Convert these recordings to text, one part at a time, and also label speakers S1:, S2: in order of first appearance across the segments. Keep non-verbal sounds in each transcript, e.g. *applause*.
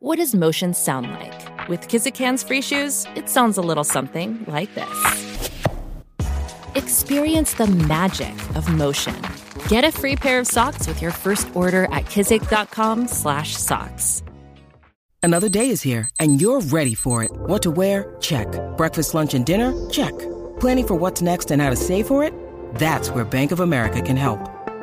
S1: What does motion sound like? With Kizikans free shoes, it sounds a little something like this. Experience the magic of motion. Get a free pair of socks with your first order at kizik.com/socks.
S2: Another day is here and you're ready for it. What to wear? Check. Breakfast, lunch and dinner? Check. Planning for what's next and how to save for it? That's where Bank of America can help.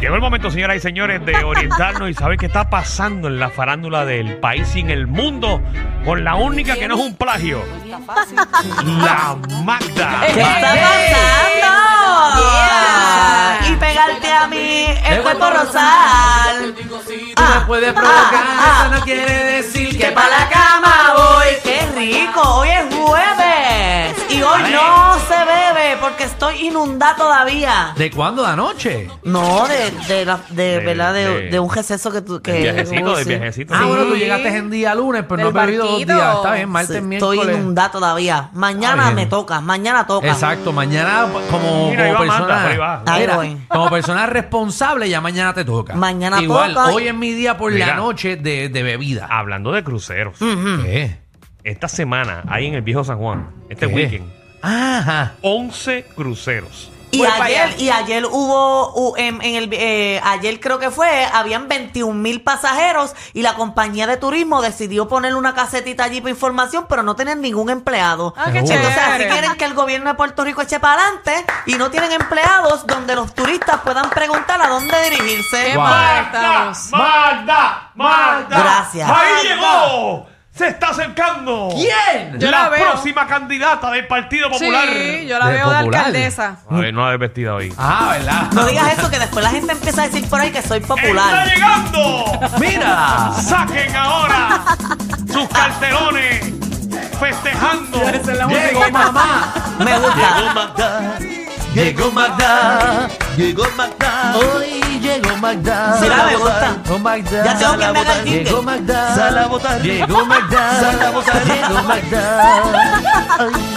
S3: Llegó el momento, señoras y señores, de orientarnos y saber qué está pasando en la farándula del país y en el mundo con la única que no es un plagio. La Magda.
S4: ¿Qué está pasando? Y pegarte a mí el cuerpo rosal. Ah,
S5: puede provocar, eso no quiere decir
S4: que pa' la cama voy. Qué rico, hoy es jueves. Y hoy no se bebe porque estoy inundada todavía.
S5: ¿De cuándo? ¿De anoche?
S4: No, de, de, la- de,
S3: De-
S4: ¿verdad? De,
S3: de-
S4: de un receso que tú. Que,
S3: Del viajecito,
S4: hubo,
S3: del
S4: sí.
S3: viajecito.
S5: Ah,
S4: Sí.
S5: bueno, tú llegaste en día lunes, pero no
S6: Del
S5: has bebido dos
S6: barquito.
S5: días. Está bien,
S6: este
S5: martes,
S4: Sí, Estoy
S5: miércoles.
S4: inundada todavía. Mañana
S5: Está bien.
S4: me toca, mañana toca.
S5: Exacto, mañana como,
S3: Mira, ahí
S5: como
S3: va
S5: persona.
S3: Magda, por ahí va.
S4: Ahí
S5: Mira,
S4: voy.
S5: como persona responsable, ya mañana te toca.
S4: Mañana
S5: Igual,
S4: toca.
S5: hoy es mi día por
S3: Mira. Ah.
S5: la noche de, de bebida.
S3: Hablando de cruceros,
S5: Mm. ¿Qué?
S3: esta semana, ahí en el viejo San Juan, este
S5: ¿Qué?
S3: weekend,
S5: Ajá.
S3: 11 cruceros.
S4: Y
S6: Voy pa'
S4: ayer,
S6: allá.
S4: y ayer hubo, u- en, en el, eh, ayer creo que fue, habían 21 mil pasajeros y la compañía de turismo decidió poner una casetita allí para información, pero no tienen ningún empleado.
S6: Ah, qué
S5: Seguro.
S6: chévere.
S4: O sea, si quieren que el gobierno de Puerto Rico eche para adelante y no tienen empleados donde los turistas puedan preguntar a dónde dirigirse.
S6: Qué
S5: Wow.
S6: mal estamos.
S3: ¡Magda! ¡Magda!
S4: Gracias.
S3: ¡Ahí llegó! ¡Se está acercando!
S5: ¿Quién?
S6: Yo
S3: la
S6: la veo.
S3: próxima candidata del Partido Popular.
S6: Sí, yo la
S5: De
S6: veo de
S5: popular.
S6: alcaldesa.
S3: A ver, no la ves vestida hoy.
S5: Ah, ¿verdad?
S4: No digas eso, que después la gente empieza a decir por ahí que soy
S3: ¡Está
S4: popular.
S3: llegando! *laughs*
S5: ¡Mira!
S3: ¡Saquen ahora sus cartelones! ¡Festejando!
S5: ¡Llegó mamá!
S4: Me gusta.
S3: Magda.
S5: Llegó Magda, llegó Magda, hoy llegó Magda.
S4: Será, me gusta.
S5: Llegó Magda.
S4: Ya tengo que me haga el jingle.
S5: Llegó Magda. Sal a votar. Llegó Magda. Sal a votar. Llegó Magda.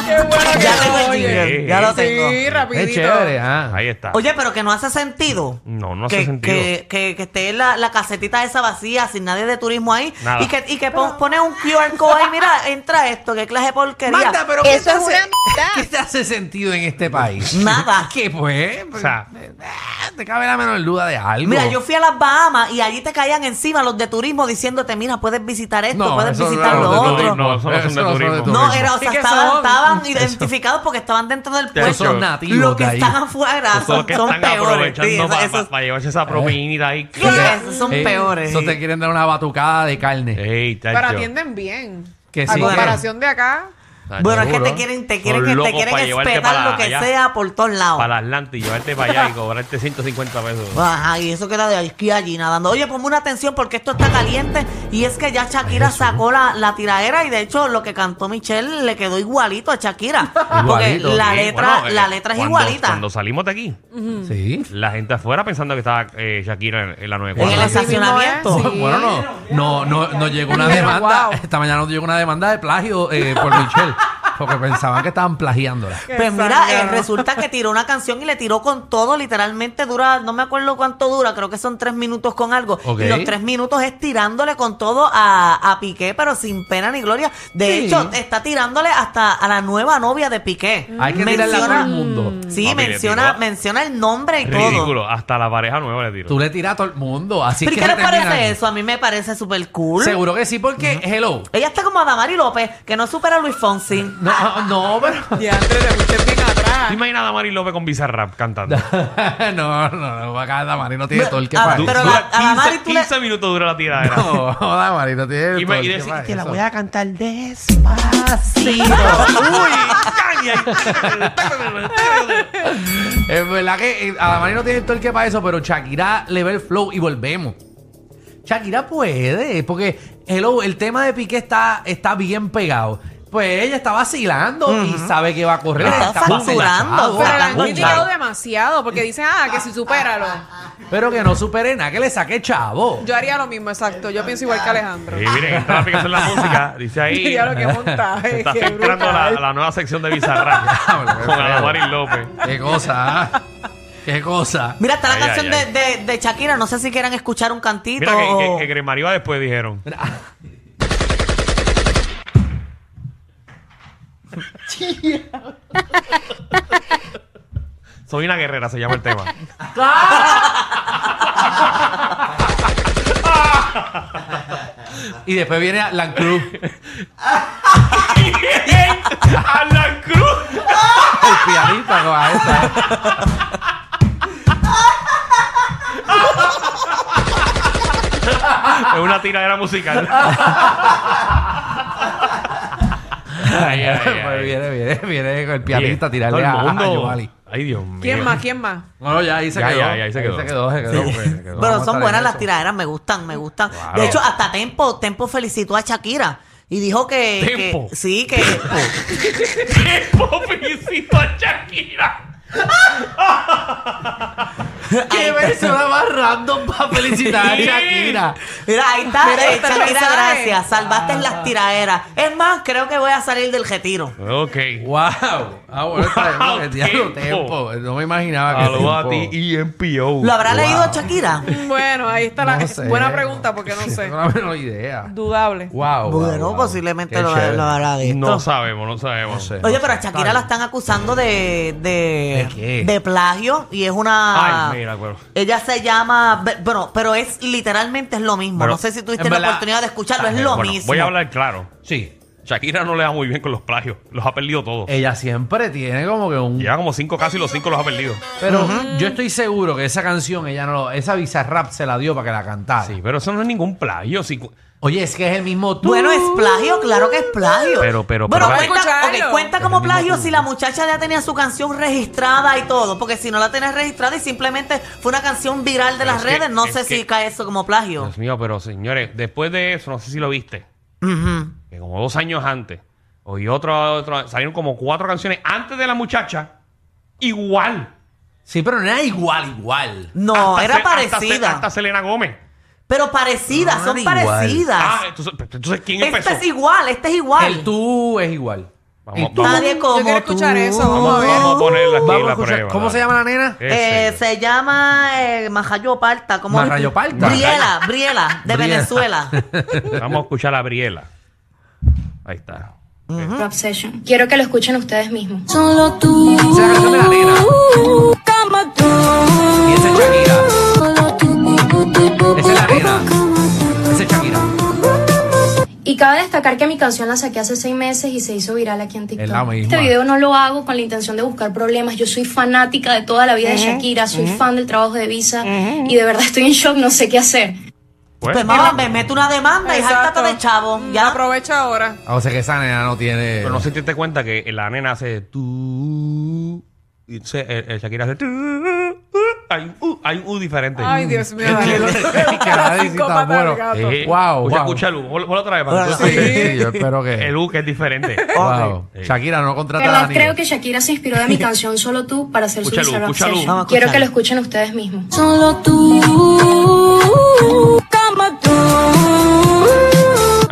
S6: Qué bueno
S4: Ya tengo el
S6: que oye.
S4: jingle, ya lo tengo.
S6: Sí, rapidito.
S5: Es chévere, ah.
S3: Ahí está.
S4: Oye, pero que no hace sentido.
S3: No, no
S4: que,
S3: hace sentido.
S4: Que, que- que esté la, la casetita esa vacía, sin nadie de turismo ahí.
S3: Nada.
S4: Y que, y que pon- pone un QR code ahí, mira, entra esto, que clase de porquería.
S5: Magda, pero ¿qué
S6: Eso
S5: te
S6: es
S5: hace-
S6: una mierda.
S5: ¿Qué te hace sentido en
S4: *laughs*
S5: este país?
S4: Nada.
S5: ¿Qué pues?
S3: O sea,
S5: Ah, te cabe la menor duda de algo.
S4: Mira, yo fui a las Bahamas y allí te caían encima los de turismo diciéndote, mira, puedes visitar esto,
S5: No,
S4: puedes
S5: eso
S4: visitar
S5: no,
S4: lo
S5: no, no,
S4: otro. No,
S3: no, eso no son de
S5: Eso no son de
S3: turismo.
S5: turismo.
S4: era, o sea,
S6: ¿Y qué
S4: estaban,
S6: son?
S4: estaban identificados porque estaban dentro del
S3: Eso
S5: Esos
S4: puerto.
S5: son
S3: Lo
S5: nativos
S4: Los que
S5: de ahí.
S4: están afuera
S3: son los
S4: son,
S3: que
S4: son
S3: están
S4: peores. Sí,
S3: aprovechando para
S4: eso- eso-
S3: llevarse esa propinita ahí.
S4: Sí, esos son
S5: Eh,
S4: peores. Eh.
S5: Eso te quieren dar una batucada de carne.
S3: Ey,
S6: Pero
S3: tacho.
S6: atienden bien.
S5: Que
S6: a
S5: sí, Ah,
S6: comparación de acá.
S3: Tacho,
S4: Bueno, es que
S3: Ah, seguro.
S4: te quieren, te quieren,
S3: Son
S4: que- te
S3: locos
S4: quieren
S3: para llevarte
S4: espetar
S3: para
S4: lo que
S3: allá,
S4: sea por todos lados.
S3: Para Atlanta y llevarte para allá y cobrarte 150 pesos.
S4: Ajá, y eso queda de aquí a allí nadando. Oye, ponme una atención porque esto está caliente y es que ya Shakira sacó la, la tiradera y de hecho lo que cantó Michelle le quedó igualito a Shakira. porque
S5: Igualito.
S4: la
S3: Sí,
S4: letra,
S3: bueno, eh,
S4: la letra es
S3: cuando-
S4: igualita.
S3: Cuando salimos de aquí,
S4: Mm.
S5: Sí.
S3: la gente afuera pensando que estaba eh, Shakira en, en la
S4: en el
S3: 94.
S6: Así mismo
S4: estacionamiento.
S6: es, sí.
S5: Bueno, no, no, no, no llegó una
S6: Pero,
S5: demanda.
S6: wow.
S5: Esta mañana nos llegó una demanda de plagio eh, por Michelle. Porque pensaban que estaban plagiándola.
S4: Pues mira, eh, resulta que tiró una canción y le tiró con todo, literalmente dura, no me acuerdo cuánto dura, creo que son tres minutos con algo.
S5: Ok.
S4: Y los tres minutos es tirándole con todo a, a Piqué, pero sin pena ni gloria. De
S5: Sí.
S4: hecho, está tirándole hesta a la nueva novia de Piqué.
S5: Mm. Hay que tirarla a todo
S4: Menciona-
S5: el mundo.
S4: Sí,
S3: Papi, le
S4: menciona,
S3: tiró.
S4: menciona el nombre y todo.
S3: Ridículo. Hasta la pareja nueva le
S5: Tú
S3: tiro.
S5: le tiras a todo el mundo. Así
S4: ¿Pero
S5: es
S4: qué
S5: que
S4: les
S5: se termina
S4: parece
S5: ahí.
S4: eso? A mí me parece súper cool.
S5: Seguro que sí, porque, hello.
S4: Ella está como Adamari López, que no supera a Luis Fonsi.
S5: No, no, pero.
S6: Y antes te fuiste bien atrás.
S3: ¿Te imaginas a Mari López con Bizarrap cantando?
S5: no, no, no, acá Damari no tiene todo el que
S4: Ah,
S5: pague.
S4: pero
S3: Dura
S4: la- a la Mari tú le-
S3: 15 minutos dura la tiradera.
S5: No, Damari no tiene
S3: Y
S5: todo
S3: me- y
S5: el que
S3: decir
S5: pague
S3: que la
S5: eso.
S3: voy
S5: a
S4: Sí.
S5: Es verdad que eh, Adamari no tiene todo el que para eso, pero Shakira le ve el flow y volvemos. Shakira puede, porque hello, el tema de Piqué está, está bien pegado. Pues ella está vacilando y sabe que va a correr.
S4: Está facturando,
S5: emborrachado,
S6: Pero la
S5: está
S6: han
S4: Concha.
S6: criticado demasiado porque dicen, ah, que si supéralo.
S5: Pero que no supere nada, que le saque chavo.
S6: Yo haría lo mismo, exacto. Yo pienso igual
S5: *laughs*
S6: que Alejandro.
S3: Y miren, está la aplicación de la música. Dice
S6: *laughs*
S3: ahí.
S6: Mira lo que
S3: Se
S6: montaje.
S3: está
S6: qué
S3: filtrando la,
S6: brutal.
S3: la nueva sección
S4: *laughs*
S3: de Bizarrap con Adamaris López.
S5: Qué cosa, ah. qué cosa.
S4: *laughs* Mira, está la
S3: Ay,
S4: canción
S3: ay, ay.
S4: de, de- de Shakira. No sé si quieran escuchar un cantito.
S3: Mira que, que,
S4: o-
S3: que Gremari va después, dijeron. Soy una guerrera, se llama
S4: *laughs*
S3: el tema.
S5: Y después viene Alan Cruz.
S3: *laughs* ¡Alan Cruz!
S5: El pianista con esa.
S3: Es una tiradera musical. *laughs* ay, ay,
S5: Pues
S3: ay.
S5: viene, viene, viene con el pianista a
S3: Oye,
S5: tirarle
S3: todo el
S5: a, a
S3: mundo.
S5: Giovanni.
S3: Ahí, Dios mío. *laughs*
S6: ¿Quién más? ¿Quién más?
S5: Bueno, ya ahí se
S3: Ya,
S5: quedó.
S3: ya, ya, ahí se quedó.
S5: se quedó, se quedó, pues, se
S4: Pero
S5: quedó. Vamos a
S4: son
S5: estar
S4: buenas
S5: en
S4: las
S5: eso.
S4: tiraderas, me gustan, me gustan.
S3: Claro.
S4: De hecho, hasta Tempo, Tempo felicitó a Shakira y dijo que.
S3: Tempo.
S4: que- sí, que. *laughs*
S3: ¡Qué popicito a Shakira!
S5: ¡Qué persona más random para felicitar a
S3: Sí.
S5: Shakira!
S4: Mira, ahí está,
S6: Mira, ahí
S4: eh,
S6: está el
S4: Shakira,
S6: mensaje. Ah.
S4: gracias. Salvaste las tiraderas. Es más, creo que voy a salir del retiro.
S3: Ok.
S5: ¡Wow! Ah, *laughs* bueno, está bien,
S3: Wow, *laughs*
S5: porque, diablo,
S3: tiempo.
S5: tiempo. No me imaginaba que
S3: Saludos a ti,
S5: tiempo.
S3: EMPO.
S4: ¿Lo habrá leído Shakira?
S6: Bueno, ahí está la
S5: No sé.
S6: buena pregunta porque no
S5: *laughs*
S6: sé.
S5: No la menor idea.
S6: Dudable.
S5: ¡Wow!
S4: Bueno,
S5: wow, wow.
S4: posiblemente
S5: Qué
S4: lo,
S5: chévere.
S4: lo habrá visto.
S3: No sabemos, no sabemos.
S5: No sé, no
S4: Oye,
S5: sé.
S4: pero a Shakira la están acusando de. ¿De,
S5: ¿De qué?
S4: de plagio y es una.
S3: Ay, mira, bueno.
S4: Ella se llama. be- Bueno, pero es literalmente es lo mismo.
S3: Pero-
S4: no sé si tuviste
S5: en
S4: la
S5: verdad- eh,
S4: oportunidad de escucharlo, es
S5: Ay,
S4: lo
S3: Bueno,
S4: mismo.
S3: voy a hablar claro.
S5: Sí.
S3: Shakira no le da muy bien con los plagios. Los ha perdido todos.
S4: Eh.
S5: Ella siempre tiene como que un
S3: Lleva como cinco casos y los cinco los ha perdido.
S5: Pero yo estoy seguro que esa canción, ella no lo- esa Bizarrap se la dio para que la cantara.
S3: Sí, pero eso no es ningún plagio. si cu-
S5: Oye, es que es el mismo tú.
S4: Bueno, es plagio, claro que es plagio.
S3: Pero, pero,
S4: Bueno,
S3: pero-
S4: cuenta,
S6: Escucharlo.
S4: ok, cuenta como plagio si la muchacha ya tenía su canción registrada y todo. Porque si no la tenés registrada y simplemente fue una canción viral de
S3: Pero
S4: las
S3: es que-
S4: redes, no
S3: es
S4: sé si
S3: que-
S4: cae eso como plagio.
S3: Dios mío, pero señores, después de eso, no sé si lo viste,
S4: Ujú.
S3: que como dos años antes, oí otro, otro, salieron como cuatro canciones antes de la muchacha, igual.
S5: Sí, pero no era igual, igual.
S4: No,
S3: Hasta
S4: era
S3: Sel- hasta Sel-
S4: parecida.
S3: Hasta, Selena Gómez.
S4: pero parecidas,
S5: No
S4: son
S5: era igual.
S4: parecidas.
S3: Ah, entonces, entonces, ¿quién
S4: este
S3: empezó?
S4: es igual, este es igual.
S5: El tú es igual.
S3: Vamos,
S5: El tú-
S3: vamos,
S4: Nadie como
S6: Yo quiero escuchar
S4: tú.
S6: eso, vamos a ver.
S3: vamos a ponerla aquí
S5: Vamos a
S3: la
S5: escuchar.
S3: prueba.
S5: ¿Cómo
S3: dale.
S5: se llama la nena?
S3: Ese.
S4: Eh, se llama eh, Majayo Palta. ¿cómo es?
S5: Majayo Palta.
S4: Briela, Briela, de
S5: Briela.
S3: *laughs*
S4: Venezuela.
S3: Vamos a escuchar a Briela. Ahí está.
S7: Obsession. Quiero que lo escuchen ustedes mismos.
S8: Solo tú.
S5: Esa es la canción de la nena.
S8: Como tú.
S5: Y esa es Shakira.
S8: Solo tú. tú, tú, tú,
S5: Esa es la
S8: tú,
S5: nena.
S8: como tú.
S5: Esa es Shakira.
S7: Y cabe destacar que mi canción la saqué hace seis meses y se hizo viral aquí en TikTok.
S5: Es la misma.
S7: Este video no lo hago con la intención de buscar problemas. Yo soy fanática de toda la vida de Shakira, soy fan del trabajo de Visa y de verdad estoy en shock, no sé qué hacer.
S3: Pues,
S4: Pues, mamá, me mete una demanda y
S6: Exacto.
S4: jáltate de chavo. Ya
S6: Aprovecha ahora.
S5: Ah, O sea que esa nena no tiene.
S3: pero
S5: *laughs*
S3: no sé si te diste cuenta que la nena hace tú. Y entonces, eh, eh, Shakira hace tú. uh, hay, un u- hay un U diferente.
S6: Ay, Dios mío.
S5: Sí,
S6: *laughs* Daniel.
S5: no sé *laughs* qué carajo, si
S6: Psicópata
S5: tan bueno.
S6: del gato.
S3: Eh,
S5: Wow,
S3: Escucha,
S5: wow.
S3: escucha el U. Ponlo ponlo otra vez para que tú
S5: Sí,
S3: escuches
S5: yo espero que.
S3: El U que
S4: *laughs*
S3: es diferente.
S5: Wow.
S3: Sí.
S5: Shakira no contrata a
S7: verdad
S5: Daniel.
S7: creo que Shakira se inspiró de mi
S5: *laughs*
S7: canción Solo tú para hacer
S3: Escúchalo,
S7: su Instagram
S3: escúchalo.
S7: Obsession.
S4: Vamos a
S7: Quiero que
S4: escuchar.
S7: lo escuchen ustedes mismos.
S8: Solo tú. Como tú.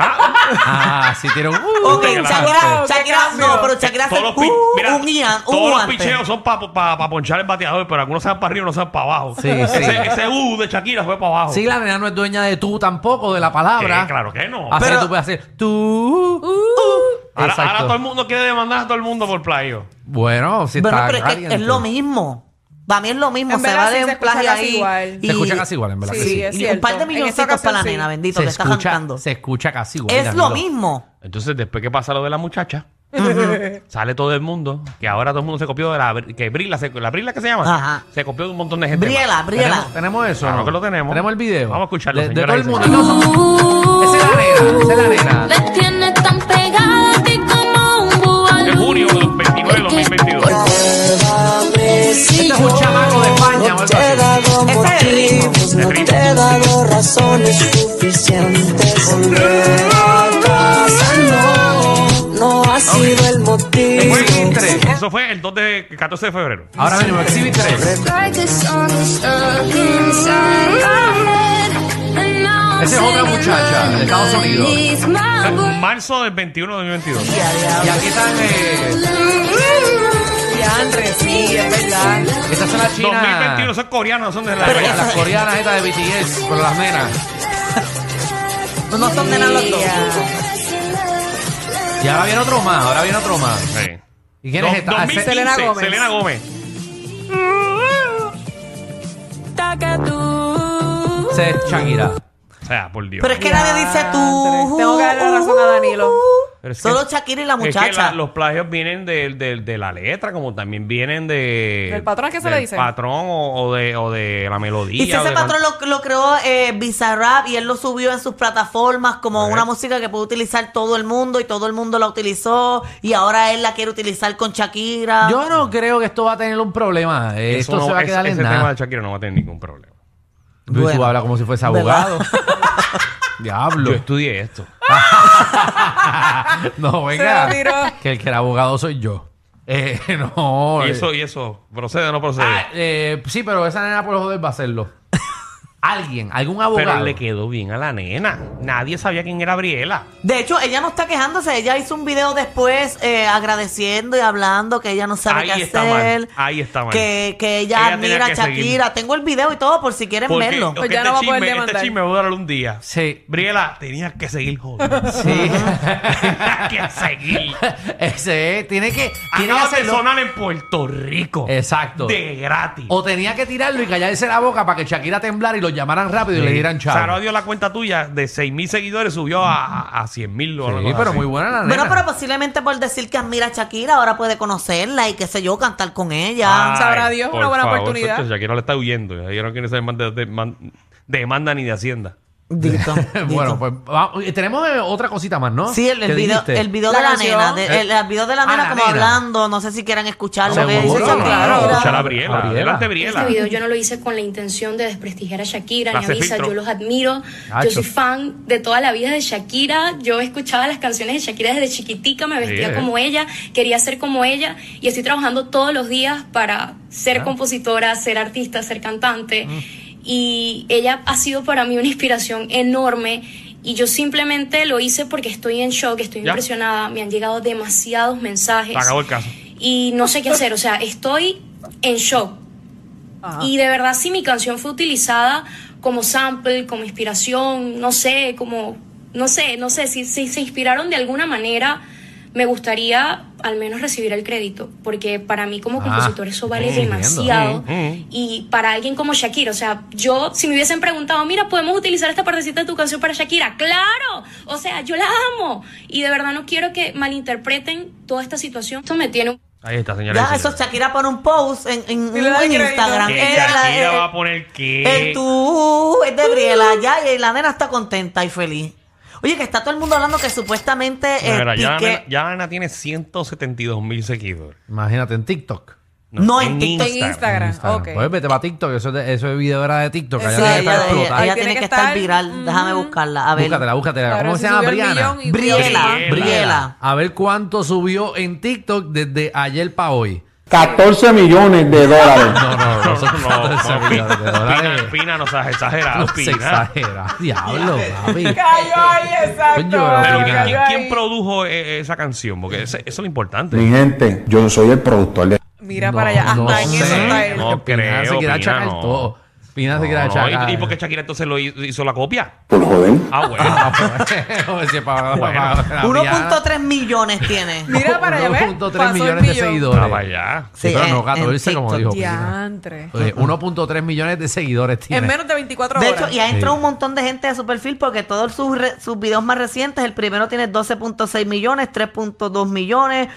S5: Ah, sí tiene un.
S4: Ok,
S3: Qué
S4: Shakira,
S6: grande.
S4: Shakira,
S6: Qué
S4: no,
S6: cambio.
S4: pero Shakira hace
S3: Todos los,
S4: un,
S3: pi- mira,
S4: uh, un ian, un
S3: todos los
S4: guante.
S3: picheos son para ponchar el bateador, pero algunos se van para arriba y no se van para abajo.
S5: Sí, sí.
S3: Ese, ese U de Shakira fue para abajo.
S5: Sí, la nena no es dueña de tú tampoco, de la palabra.
S3: Eh, claro que no.
S5: Así
S4: Pero-
S5: que tú puedes hacer tú. uh.
S3: Ahora,
S5: Exacto.
S3: ahora todo el mundo quiere demandar a todo el mundo por plagio.
S5: Bueno, si
S4: Bueno,
S5: está
S4: pero es que
S5: caliente.
S4: es lo mismo. Para mí es lo mismo.
S6: En
S4: se
S6: verdad,
S4: va
S6: sí,
S4: de
S6: se
S4: un
S6: escucha
S4: plagio
S6: casi
S4: ahí.
S6: igual.
S4: y-
S5: Se escucha casi igual, en verdad que
S6: Sí,
S5: sí.
S6: es
S4: y un par de
S6: cierto. En esta
S4: milloncitos para la
S6: ocasión, sí.
S4: nena, bendito,
S5: Se
S4: que está
S5: escucha,
S4: arrancando.
S5: se escucha casi igual.
S4: Es lo
S5: Danilo.
S4: mismo.
S3: Entonces, después que pasa lo de la muchacha, sale todo el mundo, que ahora todo el mundo se copió de la Bri- que Brila, se- la Brila que se llama,
S4: Ajá.
S3: se copió de un montón de gente.
S4: Briela,
S3: más.
S4: Briela.
S5: Tenemos eso.
S3: Claro
S5: ¿no?
S3: que lo tenemos.
S5: Tenemos el video.
S3: Vamos a escucharlo,
S5: de, de
S3: señoras
S5: todo
S3: y
S5: el mundo.
S3: señores.
S5: No, Esa es la nena. Esa es la nena.
S8: Me tienes tan pegada a ti como un búho.
S3: De junio del 29 del 2022.
S5: Este es un chamaco de España o algo así.
S4: Ese es el ritmo.
S3: De ritmo.
S9: razones suficientes. Volver a casa no, no ha sido el motivo.
S5: Exhibit 3.
S3: Eso fue el 2 de 14 de febrero.
S5: Ahora venimos, Exhibit 3. Esa es otra muchacha de Estados Unidos. *laughs*
S3: Marzo del 21 de 2022.
S5: Y aquí están. Eh,
S6: Diandre, sí, es verdad.
S5: estas son las chinas.
S3: 2021 son coreanos, son de la
S4: Pero
S5: Las-
S4: esa-
S5: Las coreanas estas de BTS, pero las nenas.
S4: No, *laughs* no son nenas los dos.
S5: Y ahora viene otro más, ahora viene otro más.
S3: Sí.
S5: ¿Y quién
S3: Do-
S5: es esta? Ah,
S3: 2015,
S5: Selena
S3: Selena Gómez.
S6: Gómez.
S5: Se Shakira.
S3: O sea, por Dios.
S4: Pero es que nadie dice tú.
S6: Diandre, tengo que darle la razón a Danilo.
S3: Pero es que-
S4: Solo Shakira y la
S3: es que
S4: muchacha.
S3: la- los plagios vienen de, de- de la letra, como también vienen de...
S6: ¿Del patrón? ¿Qué se le
S3: del
S6: dice?
S3: patrón o, o de, o de la melodía.
S4: Y si
S3: o
S4: ese
S3: de-
S4: patrón lo, lo creó eh, Bizarrap y él lo subió en sus plataformas como una música que puede utilizar todo el mundo y todo el mundo la utilizó y ahora él la quiere utilizar con Shakira.
S5: Yo no creo que esto va a tener un problema. Eh,
S3: Eso
S5: Esto
S3: no-
S5: se va a
S3: ese-
S5: quedar en
S3: ese tema
S5: nada.
S3: de Shakira no va a tener ningún problema.
S5: Luis, tú
S4: Bueno.
S5: hablas como si fuese
S4: ¿Verdad?
S5: abogado. *laughs* Diablo.
S3: Yo estudié esto.
S5: *laughs* No,
S6: Se lo
S5: venga.
S6: tiró.
S5: Que el que era abogado soy yo. Eh, *laughs* no.
S3: y
S5: eh.
S3: eso, y eso, procede o no procede.
S5: Ah, eh, sí, pero esa nena por joder va a
S3: *laughs*
S5: hacerlo. Alguien, algún
S3: Pero
S5: abogado.
S3: le quedó bien a la nena. Nadie sabía quién era Briela.
S4: De hecho, ella no está quejándose, ella hizo un video después eh, agradeciendo y hablando que ella no sabe
S3: Ahí
S4: qué
S3: está
S4: hacer.
S3: mal, ahí está mal.
S4: Que, que ella,
S3: Ella tenía
S4: admira a
S3: que
S4: Shakira.
S3: seguir.
S4: Tengo el video y todo por si quieren verlo.
S3: porque
S6: Pues ya
S3: este
S6: no va a
S3: chisme-
S6: poder
S3: Este
S6: demandar.
S3: chisme va a durar un día.
S5: Sí.
S3: Briela, tenías que
S5: *laughs*
S3: seguir jodiendo.
S5: Sí.
S3: *laughs* tenías que seguir.
S5: *laughs* Ese es, tiene que, tiene que
S3: Acabas de
S5: hacerlo.
S3: sonar Ah, en Puerto Rico.
S5: Exacto.
S3: De gratis.
S5: O tenía que tirarlo y callarse la boca para que Shakira temblara y lo llamaran rápido y le dieran chavo.
S3: Saro dio la cuenta tuya de 6 mil seguidores, subió a, a 100 mil.
S5: sí, pero muy buena la nena.
S4: Bueno,
S5: *laughs*
S4: pero posiblemente por decir que admira a Shakira, ahora puede conocerla y qué sé yo, cantar con
S3: Ah.
S4: ella.
S6: Sabrá Dios, una buena oportunidad.
S3: Shakira le está huyendo. Shakira no quiere saber más de, de- man- demanda ni de Hacienda. *laughs*
S4: Dito,
S5: bueno,
S4: dito.
S5: pues vamos, eh, tenemos eh, otra cosita más, ¿no?
S4: Sí, el, el
S5: ¿Qué
S4: video,
S5: dijiste?
S4: el video
S6: La
S4: de la
S6: canción.
S4: nena, de- el, el video de la
S5: Ah,
S4: nena
S5: la
S4: como
S5: nena.
S4: hablando, no sé si quieran escucharlo. que dice
S5: Seguro,
S4: Shakira.
S5: claro.
S3: Escuchar a Briela.
S5: Briela.
S3: Adelante,
S7: Este
S3: Briela.
S7: video yo no lo hice con la intención de desprestigiar a Shakira
S3: La
S7: ni a
S3: se
S7: Visa,
S3: filtró.
S7: yo los admiro.
S5: Nacho.
S7: Yo soy fan de toda la vida de Shakira. Yo escuchaba las canciones de Shakira desde chiquitica, me vestía
S3: eh.
S7: como ella, quería ser como ella y estoy trabajando todos los días para ser
S3: Ah.
S7: compositora, ser artista, ser cantante.
S3: Mm.
S7: Y ella ha sido para mí una inspiración enorme. Y yo simplemente lo hice porque estoy en shock, estoy
S3: Ya.
S7: impresionada. Me han llegado demasiados mensajes.
S3: Se acabó el caso.
S7: Y no sé qué hacer. O sea, estoy en shock. Y de verdad, si mi canción fue utilizada como sample, como inspiración, no sé, como, no sé, no sé, si, si se inspiraron de alguna manera, me gustaría al menos recibir el crédito, porque para mí como
S5: Ah,
S7: compositor eso vale
S5: mm, entiendo,
S7: demasiado.
S3: mm, mm.
S7: Y para alguien como Shakira, o sea, yo, si me hubiesen preguntado, mira, podemos utilizar esta partecita de tu canción para Shakira, claro, o sea, yo la amo. Y de verdad no quiero que malinterpreten toda esta situación. Esto me tiene un...
S3: Ahí está, señora.
S4: Ya, eso Shakira pone un post en, en-
S6: Y le da
S4: en
S6: el crédito.
S4: Instagram.
S3: Que
S4: Ella,
S3: Shakira
S4: eh,
S3: va a poner que.
S4: el tú es de Briela, ya, y la nena está contenta y feliz. Oye, que está todo el mundo hablando que supuestamente eh,
S3: Mira, ya,
S4: Piqué-
S3: Ana, ya Ana tiene 172 mil seguidores.
S5: Imagínate en TikTok.
S4: No, en TikTok,
S6: En Instagram,
S5: Instagram.
S6: ok.
S5: Pues vete para TikTok, eso, de- eso de video era de TikTok. allá
S4: Sí,
S5: tiene
S4: ella, ella-
S5: que estar explotada.
S4: ella tiene que estar viral. Déjame buscarla, a ver.
S5: Búscatela, búscatela.
S6: Claro,
S5: ¿Cómo
S6: si
S5: se llama?
S6: subió el
S5: Briana.
S6: millón y-
S4: Briela,
S3: Briela.
S4: Briela.
S5: A ver cuánto subió en TikTok desde ayer para hoy.
S9: 14 millones de dólares.
S5: No, no,
S3: *laughs*
S5: no. son
S3: No, no,
S5: 14 millones de dólares.
S3: Pina, Pina, no seas exagerado,
S5: No se
S3: Pina.
S5: exagera. Diablo, papi.
S6: Cayó ahí, exacto.
S5: Coño,
S6: mano,
S3: Pero
S5: Claro, claro,
S3: ¿quién-
S6: cayó
S3: ¿quién,
S6: ahí.
S3: quién produjo eh, esa canción? Porque ese- eso es lo importante.
S9: Mi gente, yo soy el productor de
S6: Mira para allá, hasta
S5: No,
S6: en eso
S5: sé.
S6: está él.
S3: No
S5: Porque Pina se
S3: creo,
S5: quiere
S3: Pina,
S5: achacar
S3: no.
S5: todo. Pina se quiere
S3: No,
S5: achacar.
S3: ¿y, ¿Y por qué Shakira entonces lo hizo, hizo la copia?
S9: por joder.
S3: Ah, bueno.
S5: Sí, pa- pa-
S3: Bueno.
S5: pa- pa-
S4: 1.3 millones tiene.
S5: *laughs*
S6: Mira para allá, ¿ves?
S5: 1.3
S6: Pasó
S5: millones
S6: el
S5: de
S6: millón.
S3: Ah,
S5: seguidores.
S3: vaya.
S5: Sí, pero no
S4: en- en
S5: 14, como dijo
S4: TikTok.
S5: Pina.
S6: Diantre.
S5: Oye, 1.3 millones de seguidores tiene.
S6: En menos de 24
S4: De
S6: horas.
S4: hecho, y ha entrado
S5: Sí.
S4: un montón de gente a su perfil porque todos sus, re- sus videos más recientes, el primero tiene 12.6 millones, 3.2 millones,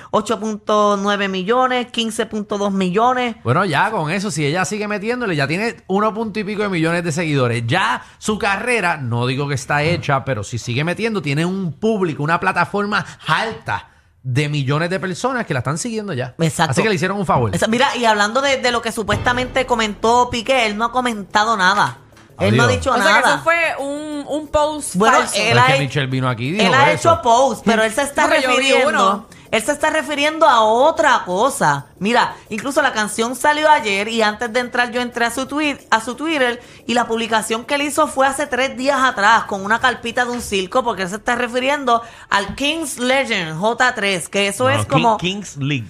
S4: 8.9 millones, 15.2 millones.
S5: Bueno, ya con eso, si ella sigue metiéndole, ya tiene uno punto y pico de millones de seguidores. Ya su carrera, no digo que está hecha, pero si sigue metiendo, tiene un público, una plataforma alta de millones de personas que la están siguiendo ya.
S4: Exacto.
S5: Así que le hicieron un favor.
S4: Esa- mira, y hablando de, de lo que supuestamente comentó Piqué, él no ha comentado nada. Él no ha
S5: Adiós.
S4: dicho
S6: O sea
S4: nada.
S6: que eso fue un, un post
S4: Bueno,
S6: falso.
S4: él
S5: Pero es
S4: ha
S5: que
S4: he-
S5: Michelle vino aquí y dijo
S4: Él ha
S5: eso.
S4: hecho post, pero él se está
S6: Porque yo vi
S4: refiriendo.
S6: uno.
S4: Él se está refiriendo a otra cosa. Mira, incluso la canción salió ayer y antes de entrar yo entré a su, tweet, a su Twitter y la publicación que él hizo fue hace tres días atrás con una carpita de un circo porque él se está refiriendo al Kings Legend J3, que eso
S3: No,
S4: es
S3: King-
S4: como...
S3: Kings League.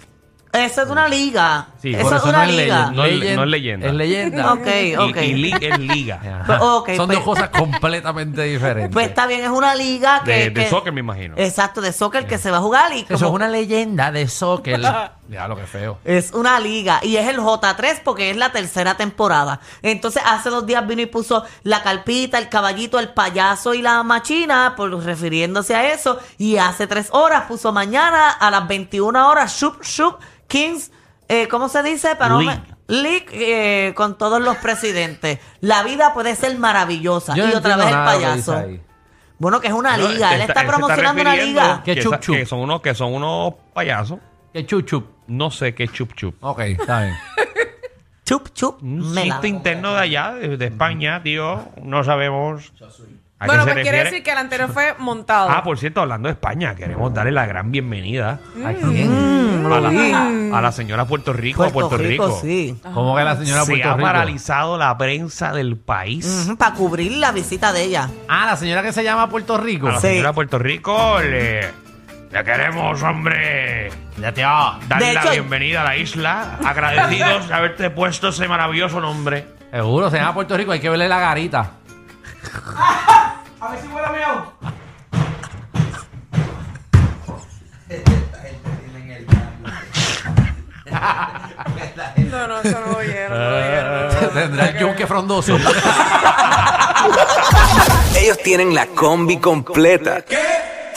S4: Eso es una liga.
S3: Sí,
S4: eso
S3: por
S4: es
S3: eso
S4: una
S5: no es
S4: liga.
S5: legend,
S3: No es le-
S5: legend-
S3: no es leyenda.
S5: Es leyenda.
S4: Ok,
S3: Y-
S4: ok.
S3: Y, League es *laughs* liga.
S5: Ajá.
S4: Ok,
S5: Son
S4: pues- *laughs*
S5: dos cosas completamente diferentes.
S4: Pues está bien, es una liga que...
S3: De, de
S4: que-
S3: soccer, me imagino.
S4: Exacto, de soccer que se va a jugar y como...
S5: Eso es una leyenda de soccer. ya lo que feo.
S4: Es una liga y es el J3 porque es la tercera temporada. Entonces hace dos días vino y puso la carpita, el caballito, el payaso y la machina, por refiriéndose a eso. Y hace tres horas puso mañana a las 21 horas, Shup Shup Kings, eh, ¿cómo se dice? Para no me-
S3: League.
S4: League, eh, con todos los presidentes. La vida puede ser maravillosa.
S5: Yo
S4: y
S5: no
S4: otra
S5: entiendo
S4: vez el
S5: nada de lo que dice
S4: payaso.
S5: ahí.
S4: Bueno, que es una
S3: No,
S4: liga.
S3: te
S4: Él está,
S3: él se
S4: promocionando una
S3: refiriendo
S4: liga.
S5: Que
S3: Que,
S5: chup,
S3: esa-
S5: chup.
S3: que son unos, que son unos payasos.
S5: Que chuchup.
S3: No sé qué chup chup.
S5: Ok, está bien.
S4: Chup, chup,
S3: Un
S4: me la-
S3: chiste interno de allá, de, de España, tío. No sabemos. a qué
S6: Bueno,
S3: se
S6: pues quiere
S3: refiere.
S6: decir que el anterior fue montado.
S3: Ah, por cierto, hablando de España, queremos darle la gran bienvenida
S5: ¿A quién?
S3: a, la, a la señora Puerto Rico,
S4: Puerto,
S3: a Puerto Rico.
S4: Rico, sí.
S5: ¿Cómo que la señora
S3: Ah. Se ha
S5: Puerto Rico?
S3: paralizado la prensa del país.
S4: Para cubrir la visita de ella.
S5: Ah, la señora que se llama Puerto Rico.
S3: A la
S4: Sí.
S3: señora de Puerto Rico le, le queremos, hombre.
S5: Ya, tío.
S3: Darle
S4: De
S3: la
S4: hecho-
S3: bienvenida a la isla. Agradecidos de haberte puesto ese maravilloso nombre.
S5: Seguro, se llama Puerto Rico, hay que verle la
S3: *laughs*
S5: garita.
S6: No, no, eso no lo oyeron. no lo oyeron, no lo oyeron.
S5: Tendrá el yunque frondoso.
S3: *laughs*
S10: Ellos tienen la combi completa.